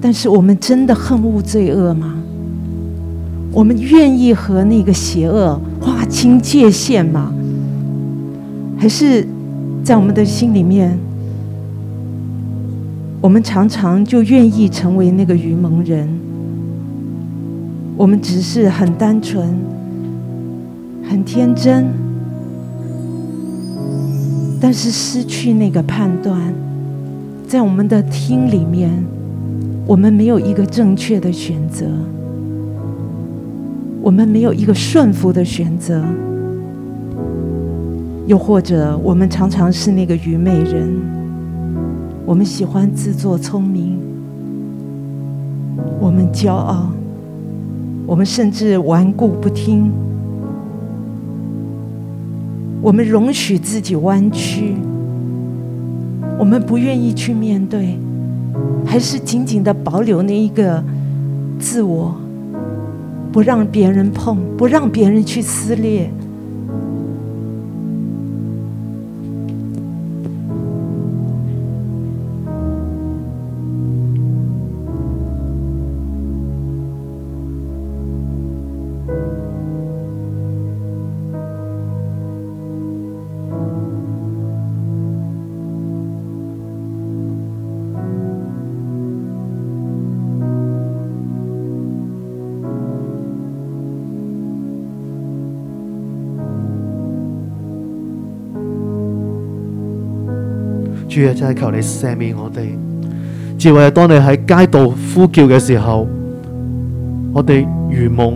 F: 但是我们真的恨恶罪恶吗？我们愿意和那个邪恶划清界限吗？还是在我们的心里面，我们常常就愿意成为那个愚蒙人？我们只是很单纯、很天真，但是失去那个判断，在我们的听里面，我们没有一个正确的选择，我们没有一个顺服的选择，又或者我们常常是那个愚昧人，我们喜欢自作聪明，我们骄傲。我们甚至顽固不听，我们容许自己弯曲，我们不愿意去面对，还是紧紧的保留那一个自我，不让别人碰，不让别人去撕裂。
G: 主啊，真系求你赦免我哋。智慧，当你喺街道呼叫嘅时候，我哋愚蒙，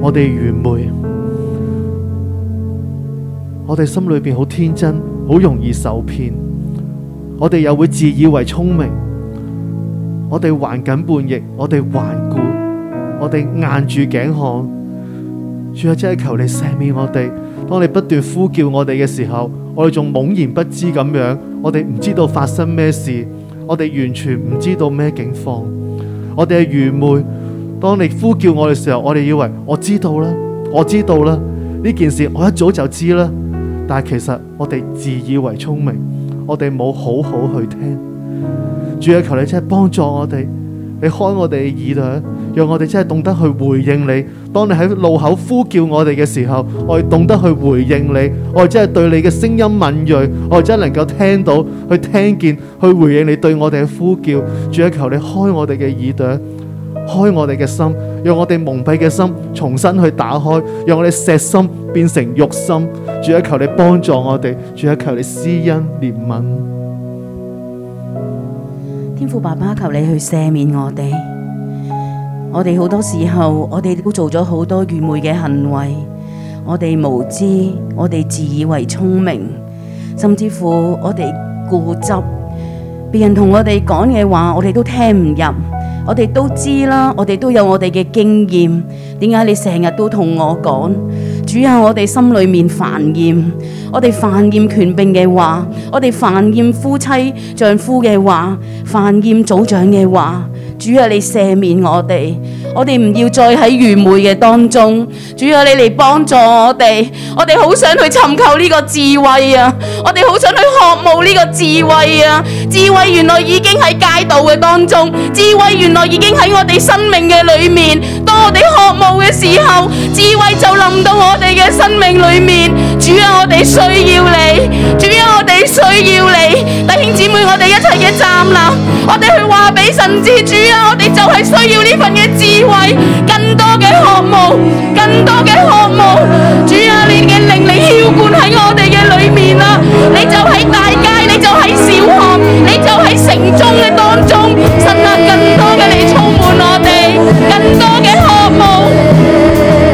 G: 我哋愚昧，我哋心里边好天真，好容易受骗。我哋又会自以为聪明，我哋顽梗叛逆，我哋顽固，我哋硬住颈项。主啊，真系求你赦免我哋。當你不斷呼叫我哋嘅時候，我哋仲懵然不知咁樣，我哋唔知道發生咩事，我哋完全唔知道咩境況，我哋係愚昧。當你呼叫我哋嘅時候，我哋以為我知道啦，我知道啦，呢件事我一早就知啦。但係其實我哋自以為聰明，我哋冇好好去聽。主啊，求你真係幫助我哋，你開我哋嘅耳朵，讓我哋真係懂得去回應你。當你喺路口呼叫我哋嘅時候，我哋懂得去回應你，我哋真係對你嘅聲音敏鋭，我哋真係能夠聽到、去聽見、去回應你對我哋嘅呼叫。主啊，求你開我哋嘅耳朵，開我哋嘅心，讓我哋蒙蔽嘅心重新去打開，讓我哋石心變成肉心。主啊，求你幫助我哋，主啊，求你施恩憐憫。
E: 天父爸爸，求你去赦免我哋。我哋好多時候，我哋都做咗好多愚昧嘅行為，我哋無知，我哋自以為聰明，甚至乎我哋固執，
H: 別人同我哋講嘅話，我哋都聽唔入，我哋都知啦，我哋都有我哋嘅經驗。點解你成日都同我講？主啊，我哋心裏面煩厭，我哋煩厭權柄嘅話，我哋煩厭夫妻丈夫嘅話，煩厭組長嘅話。主啊，你赦免我哋，我哋唔要再喺愚昧嘅當中。主啊，你嚟幫助我哋，我哋好想去尋求呢個智慧啊！我哋好想去渴慕呢個智慧啊！智慧原來已經喺街道嘅當中，智慧原來已經喺我哋生命嘅裏面。當我哋渴慕嘅時候，智慧就臨到我哋嘅生命裏面。主啊，我哋需要你，主啊，我哋需要你，弟兄姊妹，我哋一齊嘅站立，我哋去話俾神知，主啊，我哋就係需要呢份嘅智慧，更多嘅渴慕，更多嘅渴慕，主啊，你嘅靈你澆灌喺我哋嘅裏面啦，你就喺大街，你就喺小巷，你就喺城中嘅當中，神啊，更多嘅你充滿我哋，更多嘅渴慕。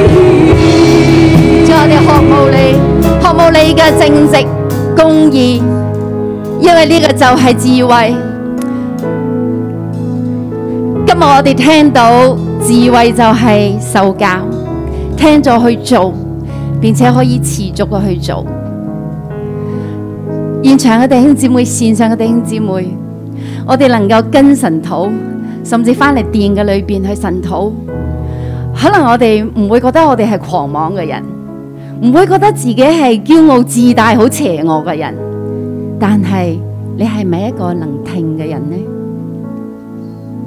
I: 主，我哋渴慕你，渴慕你嘅正直、公義，因為呢個就係智慧。今日我哋聽到智慧就係受教，聽咗去做，並且可以持續嘅去做。現場嘅弟兄姊妹，線上嘅弟兄姊妹，我哋能夠跟神討，甚至翻嚟殿嘅裏邊去神討，可能我哋唔會覺得我哋係狂妄嘅人。唔會覺得自己係驕傲自大、好邪惡嘅人，但係你係咪一個能聽嘅人呢？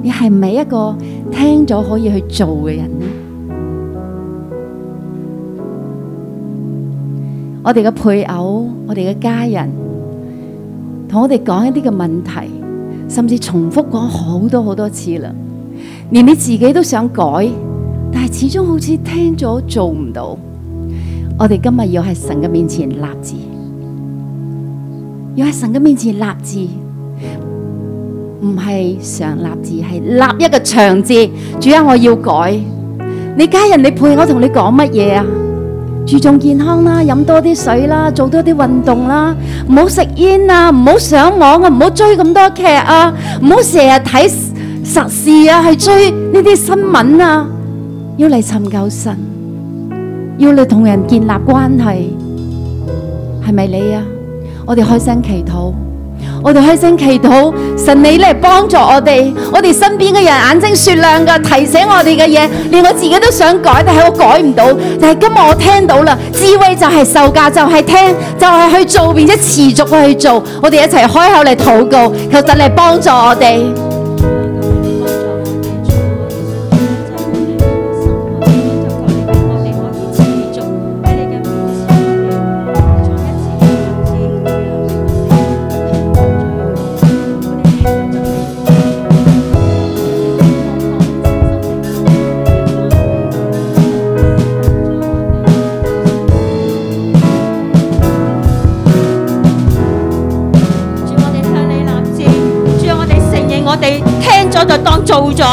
I: 你係咪一個聽咗可以去做嘅人呢？我哋嘅配偶、我哋嘅家人，同我哋講一啲嘅問題，甚至重複講好多好多次啦，連你自己都想改，但係始終好似聽咗做唔到。我哋今日要喺神嘅面前立志，要喺神嘅面前立志，唔係常立志，係立一個長志。主啊，我要改。你家人、你配偶同你講乜嘢啊？注重健康啦，飲多啲水啦，做多啲運動啦，唔好食煙啊，唔好上網啊，唔好追咁多劇啊，唔好成日睇實事啊，去追呢啲新聞啊，要嚟尋求神。要你同人建立關係，係咪你啊？我哋開聲祈禱，我哋開聲祈禱，神你咧幫助我哋，我哋身邊嘅人眼睛雪亮噶，提醒我哋嘅嘢，連我自己都想改，但係我改唔到。但係今日我聽到啦，智慧就係受教，就係、聽，就係、去做，並且持續去做。我哋一齊開口嚟禱告，求神嚟幫助我哋。
J: 主，我哋向你立志，主，我哋承認我哋聽咗就當做咗。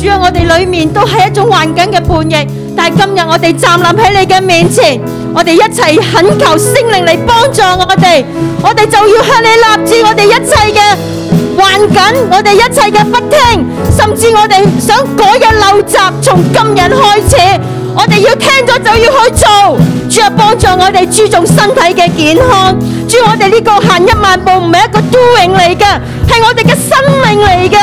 J: 主啊，我哋里面都係一種環境嘅叛逆，但係今日我哋站立喺你嘅面前，我我哋一齐恳求圣灵嚟帮助我哋，我哋就要向你立志，我哋一切嘅患紧，我哋一切嘅不听，甚至我哋想改嘅陋习，从今日开始，我哋要听咗就要去做。主啊，帮助我哋注重身体嘅健康。主，我哋呢个行一万步唔系一个 doing 嚟嘅，系我哋嘅生命嚟嘅。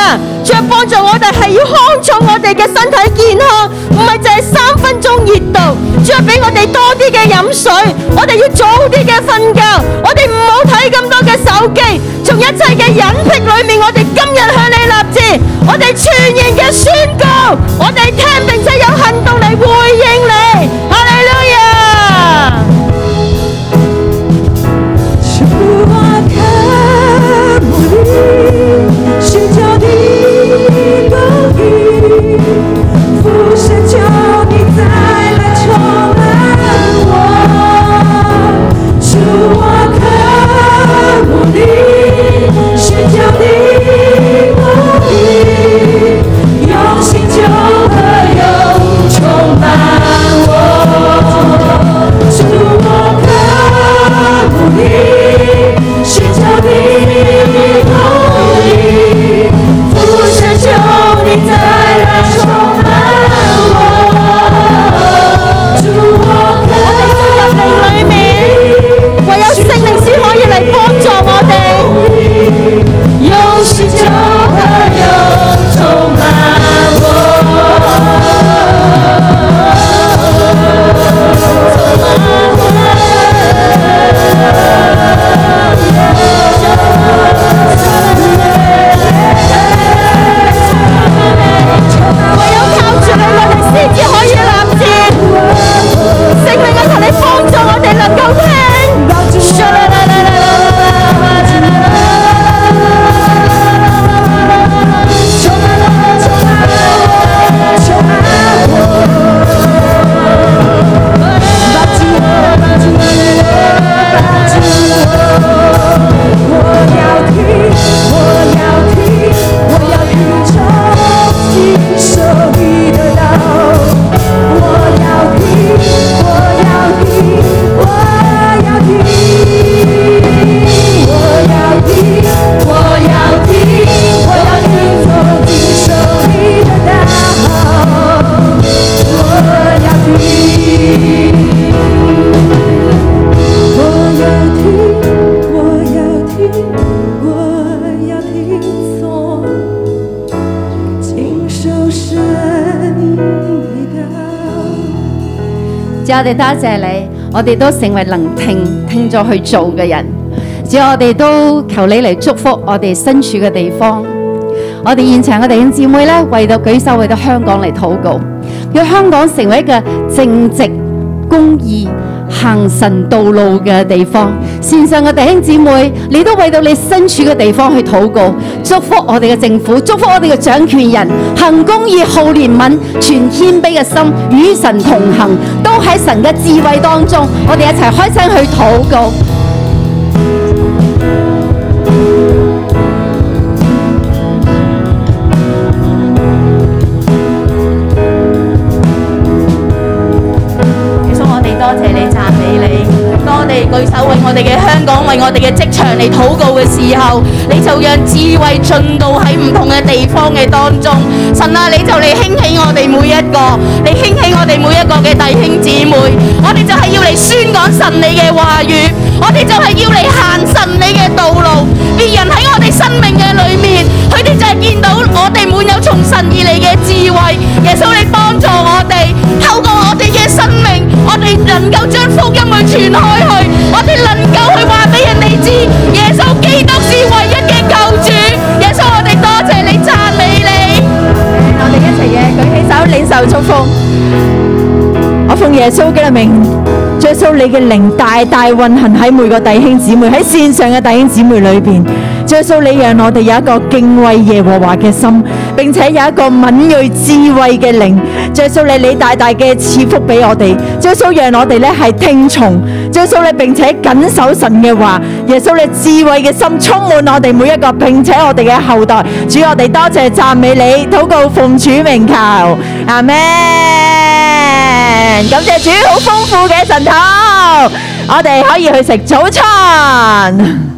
J: 主啊，帮助我哋系要看重我哋嘅身体健康，唔系就系三分钟热度。主啊，俾我哋多啲嘅饮水，我哋要早啲嘅瞓觉，我哋唔好睇咁多嘅手机。从一切嘅隐僻里面，我哋今日向你立志，我哋全然嘅宣告，我哋听并且有行动嚟回应你。哈利路亚！
D: 主啊，看我的寻找你公义，俯身求你再来充满我。主啊，看我的寻找你公义，用心求和又充满我。主我看慕你，寻求你的公义，俯身求你再来充满我。主我看慕你，
J: 唯有聖靈先可以嚟幫助我哋，
D: 用心求和又充满我。
J: 唯有靠住你，我哋先至可以立志。聖靈啊，求你幫助我哋能夠聽。
D: 手艺的道，我要听，我要听，我要听，我要听，我要听，我要听从你手艺的道，我要听，我要听，我要听，我要听从。经受神的道，
I: 主，我哋多謝你，我哋都成為能聽聽咗去做嘅人。主，我哋都求你嚟祝福我哋身處嘅地方。我哋現場嘅弟兄姊妹咧，為到舉手，為到香港嚟禱告，讓香港成為一個正直、公義、行神道路嘅地方。線上嘅弟兄姊妹，你都為到你身處嘅地方去禱告，祝福我哋嘅政府，祝福我哋嘅掌權人，行公義、好憐憫、全謙卑嘅心，與神同行，都喺神嘅智慧當中，我哋一齊開聲去禱告。
H: 耶穌，我哋多謝你，讚美你。當我哋舉手為我哋嘅香港、為我哋嘅職場嚟禱告嘅時候，你就讓智慧進到喺唔同嘅地方嘅當中。神啊，你就嚟興起我哋每一個，你興起我哋每一個嘅弟兄姊妹。我哋就係要嚟宣講神你嘅話語，我哋就係要嚟行神你嘅道路。別人喺我哋生命嘅裏面，佢哋就係見到我哋滿有從神而嚟嘅智慧。耶穌，你幫助我哋，透過我哋嘅生命。我哋能夠將福音去傳開去，我哋能夠去話俾人哋知，耶穌基督是唯一嘅救主。耶穌，我哋多謝你，讚美你。
K: 我哋一齐嘅举起手，领受祝福。我奉耶稣嘅名，耶稣你嘅灵大大运行喺每个弟兄姊妹，喺线上嘅弟兄姊妹里边。耶稣你让我哋有一个敬畏耶和华嘅心，并且有一个敏锐智慧嘅灵。耶稣你你大大嘅赐福俾我哋，耶稣让我哋咧系听从，耶稣你并且谨守神嘅话。耶稣你智慧嘅心充满我哋每一个，并且我哋嘅后代。主我哋多谢赞美你，祷告奉主名求，阿 m 感謝主，好豐富嘅神堂，我哋可以去食早餐。